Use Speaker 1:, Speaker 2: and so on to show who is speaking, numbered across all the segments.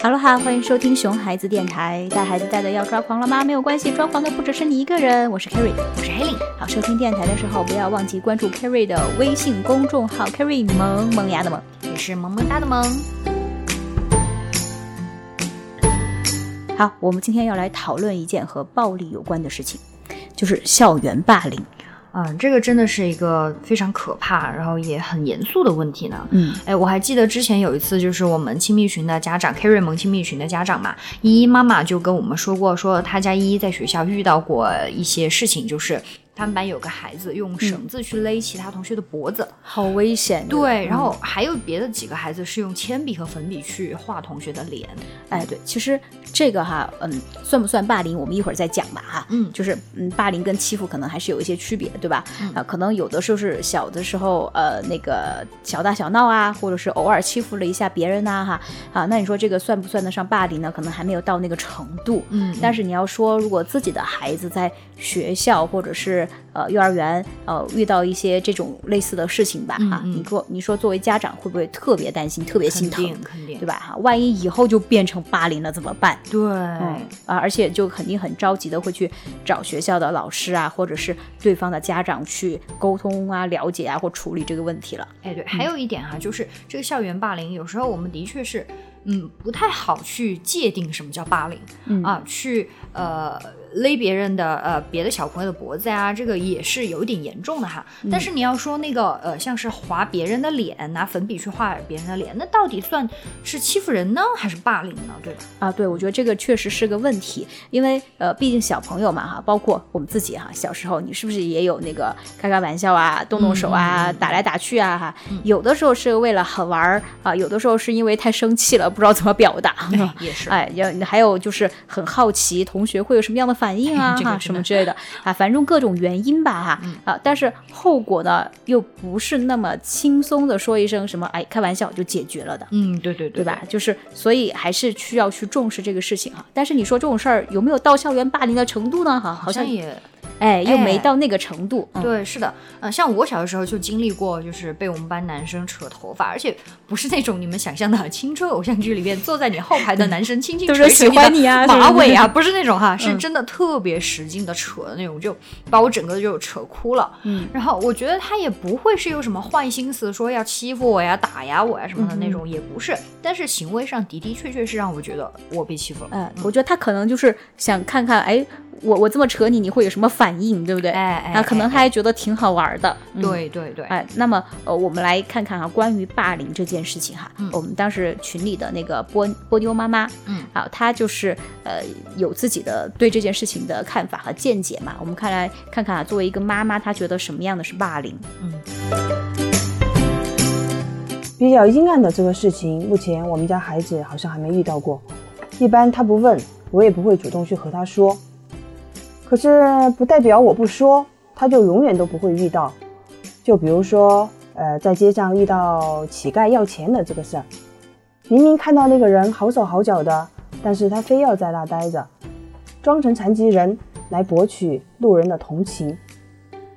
Speaker 1: 哈喽哈，欢迎收听熊孩子电台。大孩子带的要抓狂了吗？没有关系，抓狂的不只是你一个人。我是 Carrie，
Speaker 2: 我是 Haley。
Speaker 1: 好，收听电台的时候不要忘记关注 Carrie 的微信公众号 Carrie 萌萌芽的萌。
Speaker 2: 也是萌萌哒的萌。
Speaker 1: 好，我们今天要来讨论一件和暴力有关的事情，就是校园霸凌。
Speaker 2: 嗯，这个真的是一个非常可怕，然后也很严肃的问题呢。
Speaker 1: 嗯，
Speaker 2: 哎，我还记得之前有一次，就是我们亲密群的家长，Carrie 萌亲密群的家长嘛，依依妈妈就跟我们说过，说她家依依在学校遇到过一些事情，就是他们班有个孩子用绳子去勒其他同学的脖子，
Speaker 1: 好危险。嗯
Speaker 2: 对，然后还有别的几个孩子是用铅笔和粉笔去画同学的脸，
Speaker 1: 哎，对，其实这个哈，嗯，算不算霸凌，我们一会儿再讲吧哈。
Speaker 2: 嗯
Speaker 1: 就是嗯，霸凌跟欺负可能还是有一些区别，对吧？
Speaker 2: 嗯
Speaker 1: 啊，可能有的时候是小的时候，呃，那个小打小闹啊，或者是偶尔欺负了一下别人呐、哈啊，那你说这个算不算得上霸凌呢？可能还没有到那个程度。
Speaker 2: 嗯
Speaker 1: 但
Speaker 2: 是
Speaker 1: 是你要说，如果自己的孩子在学校或者是呃幼儿园呃遇到一些这种类似的事情吧，
Speaker 2: 嗯
Speaker 1: 啊，
Speaker 2: 嗯
Speaker 1: 你说你说作为家长会不会特别担心、特别心疼？
Speaker 2: 肯定肯定
Speaker 1: 对吧？哈，万一以后就变成霸凌了怎么办？
Speaker 2: 对，
Speaker 1: 嗯啊，而且就肯定很着急的会去找学校的老师啊，或者是对方的家长去沟通啊、了解啊或处理这个问题了。
Speaker 2: 哎，对，还有一点哈、就是这个校园霸凌，有时候我们的确是，嗯，不太好去界定什么叫霸凌、
Speaker 1: 嗯
Speaker 2: 啊，去呃勒别人的呃别的小朋友的脖子呀、这个也是有一点严重的哈。
Speaker 1: 嗯
Speaker 2: 但是你要说那个呃，像是划别人的脸，拿粉笔去画别人的脸，那到底算是欺负人呢，还是霸凌呢？对 吧？
Speaker 1: 啊，对，我觉得这个确实是个问题，因为呃，毕竟小朋友嘛哈，包括我们自己哈，小时候你是不是也有那个开开玩笑啊，动动手啊，
Speaker 2: 嗯嗯嗯
Speaker 1: 打来打去啊哈，
Speaker 2: 嗯
Speaker 1: 有的时候是为了好玩儿啊，有的时候是因为太生气了，不知道怎么表达。
Speaker 2: 也是。
Speaker 1: 哎，要还有就是很好奇同学会有什么样的反应啊，
Speaker 2: 这个
Speaker 1: 哈
Speaker 2: 真的
Speaker 1: 什么之类的啊，反正各种原因吧，哈、
Speaker 2: 嗯
Speaker 1: 啊，但是后果呢又不是那么轻松的说一声什么哎开玩笑就解决了的。
Speaker 2: 嗯，对对对
Speaker 1: 对吧？？就是，所以还是需要去重视这个事情哈、但是你说这种事儿有没有到校园霸凌的程度呢？哈，好
Speaker 2: 好
Speaker 1: 像
Speaker 2: 像也
Speaker 1: 哎，又没
Speaker 2: 哎
Speaker 1: 到那个程度。嗯
Speaker 2: 对，是的，呃，像我小的时候就经历过，就是被我们班男生扯头发，而且不是那种你们想象的青春偶像剧里面坐在你后排的男生轻轻
Speaker 1: 都说
Speaker 2: 捶捶
Speaker 1: 喜
Speaker 2: 你的
Speaker 1: 欢你啊，
Speaker 2: 马
Speaker 1: 什么
Speaker 2: 尾
Speaker 1: 的
Speaker 2: 啊，，不是那种哈，是
Speaker 1: 嗯
Speaker 2: 真的特别使劲的扯的那种，就把我整个就扯哭了。
Speaker 1: 嗯，
Speaker 2: 然后我觉得他也不会是有什么坏心思，说要欺负我呀、打呀我呀什么
Speaker 1: 嗯
Speaker 2: 的那种，也不是。但是行为上的的确确是让我觉得我被欺负了。
Speaker 1: 哎，我觉得他可能就是想看看，哎，我我这么扯你，你会有什么反应，对不对？
Speaker 2: 哎哎，
Speaker 1: 啊，可能
Speaker 2: 哎
Speaker 1: 他还觉得挺好玩儿的。嗯，
Speaker 2: 对对对，
Speaker 1: 哎，那么呃，我们来看看啊，关于霸凌这件事情哈，
Speaker 2: 嗯
Speaker 1: 我们当时群里的那个波波妞妈妈，
Speaker 2: 嗯
Speaker 1: 啊，她就是呃有自己的对这件事情的看法和见解嘛。我们看来看看啊，作为一个妈妈，她觉得什么样的是霸凌？
Speaker 2: 嗯
Speaker 3: 比较阴暗的这个事情，目前我们家孩子好像还没遇到过。一般他不问，我也不会主动去和他说。可是不代表我不说，他就永远都不会遇到。就比如说，呃，在街上遇到乞丐要钱的这个事儿，明明看到那个人好手好脚的，但是他非要在那待着，装成残疾人来博取路人的同情。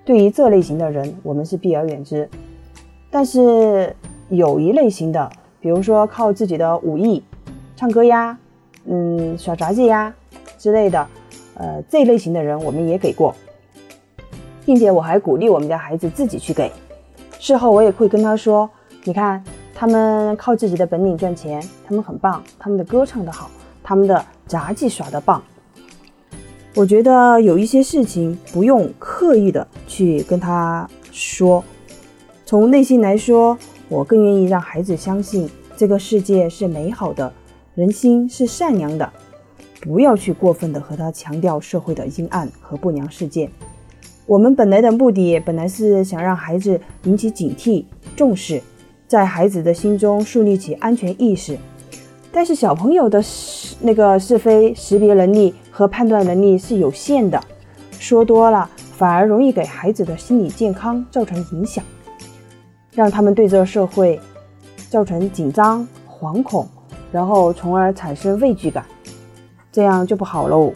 Speaker 3: 对于这类型的人，我们是避而远之。但是有一类型的，比如说靠自己的武艺、唱歌呀、嗯耍杂技呀之类的，呃，这类型的人我们也给过，并且我还鼓励我们家孩子自己去给。事后我也会跟他说，你看他们靠自己的本领赚钱，他们很棒，他们的歌唱得好，他们的杂技耍得棒。我觉得有一些事情不用刻意的去跟他说，从内心来说，我更愿意让孩子相信这个世界是美好的，人心是善良的，不要去过分的和他强调社会的阴暗和不良事件。我们本来的目的本来是想让孩子引起警惕、重视，在孩子的心中树立起安全意识。但是小朋友的是那个是非识别能力和判断能力是有限的，说多了反而容易给孩子的心理健康造成影响。让他们对这个社会造成紧张、惶恐，然后从而产生畏惧感，这样就不好喽。
Speaker 2: 我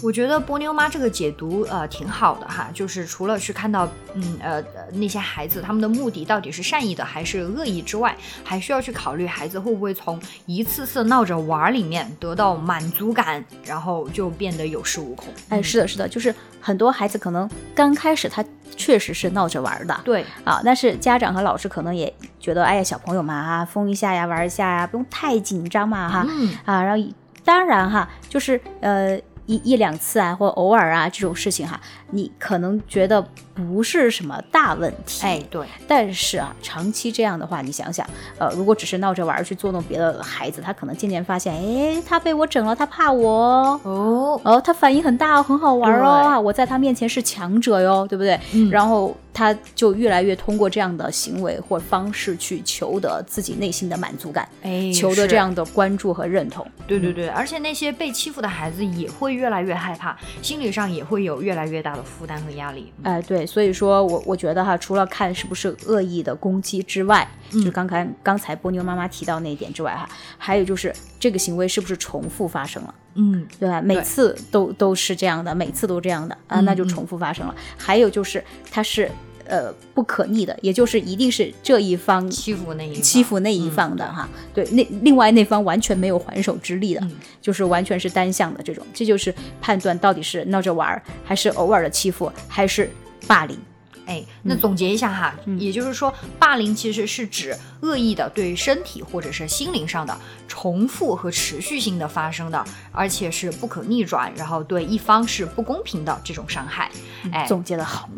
Speaker 2: 我觉得波妞妈这个解读呃挺好的哈，就是除了去看到嗯呃那些孩子他们的目的到底是善意的还是恶意之外，还需要去考虑孩子会不会从一次次闹着玩儿里面得到满足感，然后就变得有恃无恐。嗯
Speaker 1: 哎，是的，是的，就是很多孩子可能刚开始他确实是闹着玩儿的，
Speaker 2: 对，
Speaker 1: 啊，但是家长和老师可能也觉得，哎呀，小朋友嘛啊，疯一下呀，玩一下呀，不用太紧张嘛哈，
Speaker 2: 嗯，
Speaker 1: 啊，然后当然哈，就是呃一一两次啊，或偶尔啊这种事情哈，你可能觉得不是什么大问题，
Speaker 2: 哎，对，
Speaker 1: 但是啊，长期这样的话，你想想，呃，如果只是闹着玩儿去捉弄别的孩子，他可能渐渐发现，哎，他被我整了，他怕我哦。
Speaker 2: 哦，
Speaker 1: 哦，他反应很大哦，很好玩哦，
Speaker 2: 对
Speaker 1: 我在他面前是强者哟，对不对？
Speaker 2: 嗯
Speaker 1: 然后他就越来越通过这样的行为或方式去求得自己内心的满足感，
Speaker 2: 哎，
Speaker 1: 求得
Speaker 2: 是
Speaker 1: 这样嗯的关注和认同。
Speaker 2: 对对对，而且那些被欺负的孩子也会越来越害怕，心理上也会有越来越大的负担和压力。
Speaker 1: 哎，对，所以说我我觉得哈，除了看是不是恶意的攻击之外，
Speaker 2: 嗯
Speaker 1: 就是刚才刚才波妞妈妈提到那一点之外哈，还有就是这个行为是不是重复发生了，
Speaker 2: 嗯，
Speaker 1: 对吧？每
Speaker 2: 对
Speaker 1: 次都都是这样的，每次都这样的啊，
Speaker 2: 嗯
Speaker 1: 那就
Speaker 2: 嗯
Speaker 1: 重复发生了。还有就是它是呃不可逆的，也就是一定是这一方
Speaker 2: 欺负那一方
Speaker 1: 欺负那一方的、哈，对，那另外那方完全没有还手之力的，
Speaker 2: 嗯
Speaker 1: 就是完全是单向的这种，这就是判断到底是闹着玩儿，还是偶尔的欺负，还是霸凌。
Speaker 2: 哎，
Speaker 1: 嗯
Speaker 2: 那总结一下哈，也就是说，霸凌其实是指恶意的对身体或者是心灵上的重复和持续性的发生的，而且是不可逆转，然后对一方是不公平的这种伤害。哎，
Speaker 1: 嗯总结的好，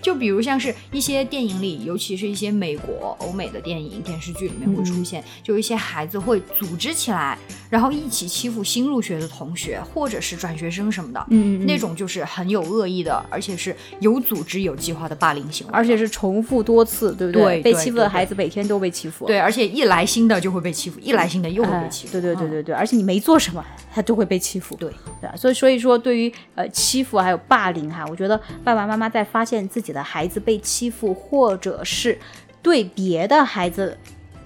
Speaker 2: 就比如像是一些电影里，尤其是一些美国、欧美的电影、电视剧里面
Speaker 1: 嗯
Speaker 2: 会出现，就一些孩子会组织起来，然后一起欺负新入学的同学或者是转学生什么的，
Speaker 1: 嗯
Speaker 2: 那种就是很有恶意的，而且是有组织、有计划的霸凌行为，
Speaker 1: 而且是重复多次，对不
Speaker 2: 对
Speaker 1: 被
Speaker 2: 对
Speaker 1: 欺负的
Speaker 2: 对
Speaker 1: 孩子每天都被欺负，
Speaker 2: 对，而且一来新的就会被欺负，一来新的又会
Speaker 1: 哎，
Speaker 2: 被欺负，
Speaker 1: 对对对
Speaker 2: 嗯
Speaker 1: 对对，而且你没做什么，他就会被欺负，
Speaker 2: 对
Speaker 1: 对啊，所以所以说，对于呃欺负还有霸凌哈，我觉得爸爸妈妈在发现自己的孩子被欺负，或者是对别的孩子。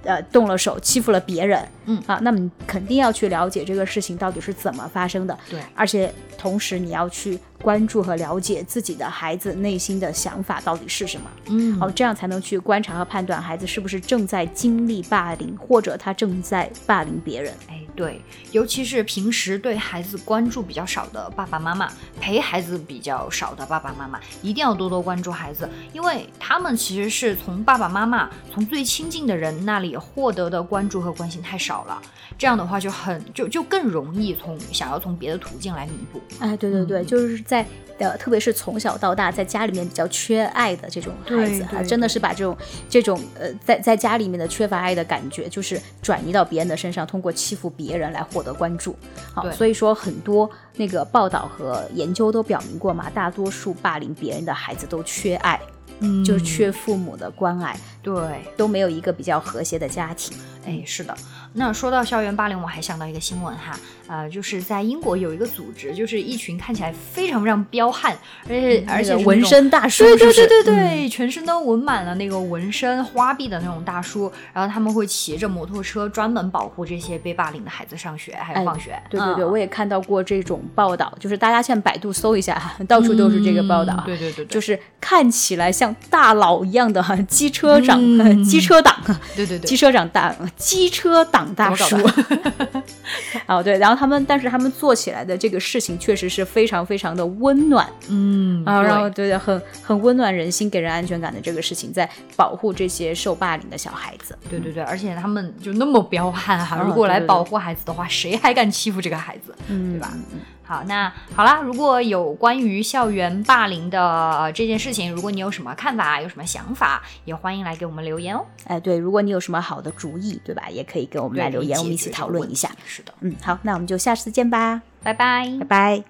Speaker 1: 呃，动了手欺负了别人，
Speaker 2: 嗯
Speaker 1: 啊，那么你肯定要去了解这个事情到底是怎么发生的，
Speaker 2: 对
Speaker 1: 而且同时你要去关注和了解自己的孩子内心的想法到底是什么，
Speaker 2: 嗯
Speaker 1: 哦，这样才能去观察和判断孩子是不是正在经历霸凌，或者他正在霸凌别人。
Speaker 2: 哎，对，尤其是平时对孩子关注比较少的爸爸妈妈，陪孩子比较少的爸爸妈妈，一定要多多关注孩子，因为他们其实是从爸爸妈妈、从最亲近的人那里获得的关注和关心太少了，这样的话就很就就更容易从想要从别的途径来弥补。
Speaker 1: 哎，对对对，
Speaker 2: 嗯
Speaker 1: 就是在呃，特别是从小到大在家里面比较缺爱的这种孩
Speaker 2: 对
Speaker 1: 子啊，
Speaker 2: 对
Speaker 1: 真的
Speaker 2: 对
Speaker 1: 是把这种这种呃，在在家里面的缺乏爱的感觉，就是转移到别人的身上，通过欺负别人来获得关注。好，
Speaker 2: 对
Speaker 1: 所以说很多那个报道和研究都表明过嘛，大多数霸凌别人的孩子都缺爱，
Speaker 2: 嗯
Speaker 1: 就是缺父母的关爱，
Speaker 2: 对。
Speaker 1: 都没有一个比较和谐的家庭。
Speaker 2: 哎，是的。那说到校园霸凌，我还想到一个新闻哈，呃，就是在英国有一个组织，就是一群看起来非常非常彪悍，而且、而且
Speaker 1: 嗯那
Speaker 2: 是
Speaker 1: 个
Speaker 2: 那
Speaker 1: 纹
Speaker 2: 种
Speaker 1: 身大叔
Speaker 2: 对
Speaker 1: 是不
Speaker 2: 对
Speaker 1: 是，嗯
Speaker 2: 对对对，全身都纹满了那个纹身花臂的那种大叔，然后他们会骑着摩托车专门保护这些被霸凌的孩子上学还
Speaker 1: 哎
Speaker 2: 有放学。
Speaker 1: 对对对，
Speaker 2: 嗯
Speaker 1: 我也看到过这种报道，就是大家现在百度搜一下，到处都是这个报道啊
Speaker 2: 嗯。对对对，
Speaker 1: 就是是看起来像大佬一样的 哈机车长、
Speaker 2: 嗯
Speaker 1: 机车党、
Speaker 2: 对对对，
Speaker 1: 机车长大、机车党大叔
Speaker 2: 怎么。
Speaker 1: 哦，对，然后他们，但是他们做起来的这个事情确实是非常非常的温暖
Speaker 2: 嗯
Speaker 1: 啊，
Speaker 2: 对
Speaker 1: 然后对对，很很温暖人心，给人安全感的这个事情，在保护这些受霸凌的小孩子。
Speaker 2: 对对对，而且他们就那么彪悍哈、
Speaker 1: 嗯
Speaker 2: 如果来
Speaker 1: 对对对
Speaker 2: 保护孩子的话，谁还敢欺负这个孩子？
Speaker 1: 嗯
Speaker 2: 对吧？好，那好啦，如果有关于校园霸凌的呃这件事情，如果你有什么看法，有什么想法，也欢迎来给我们留言哦。
Speaker 1: 哎，对，如果你有什么好的主意，对吧？也可以给我们来留言，我们一起讨论一下。。
Speaker 2: 是的，
Speaker 1: 嗯，好，那我们就下次见吧，
Speaker 2: 拜拜。
Speaker 1: 拜拜。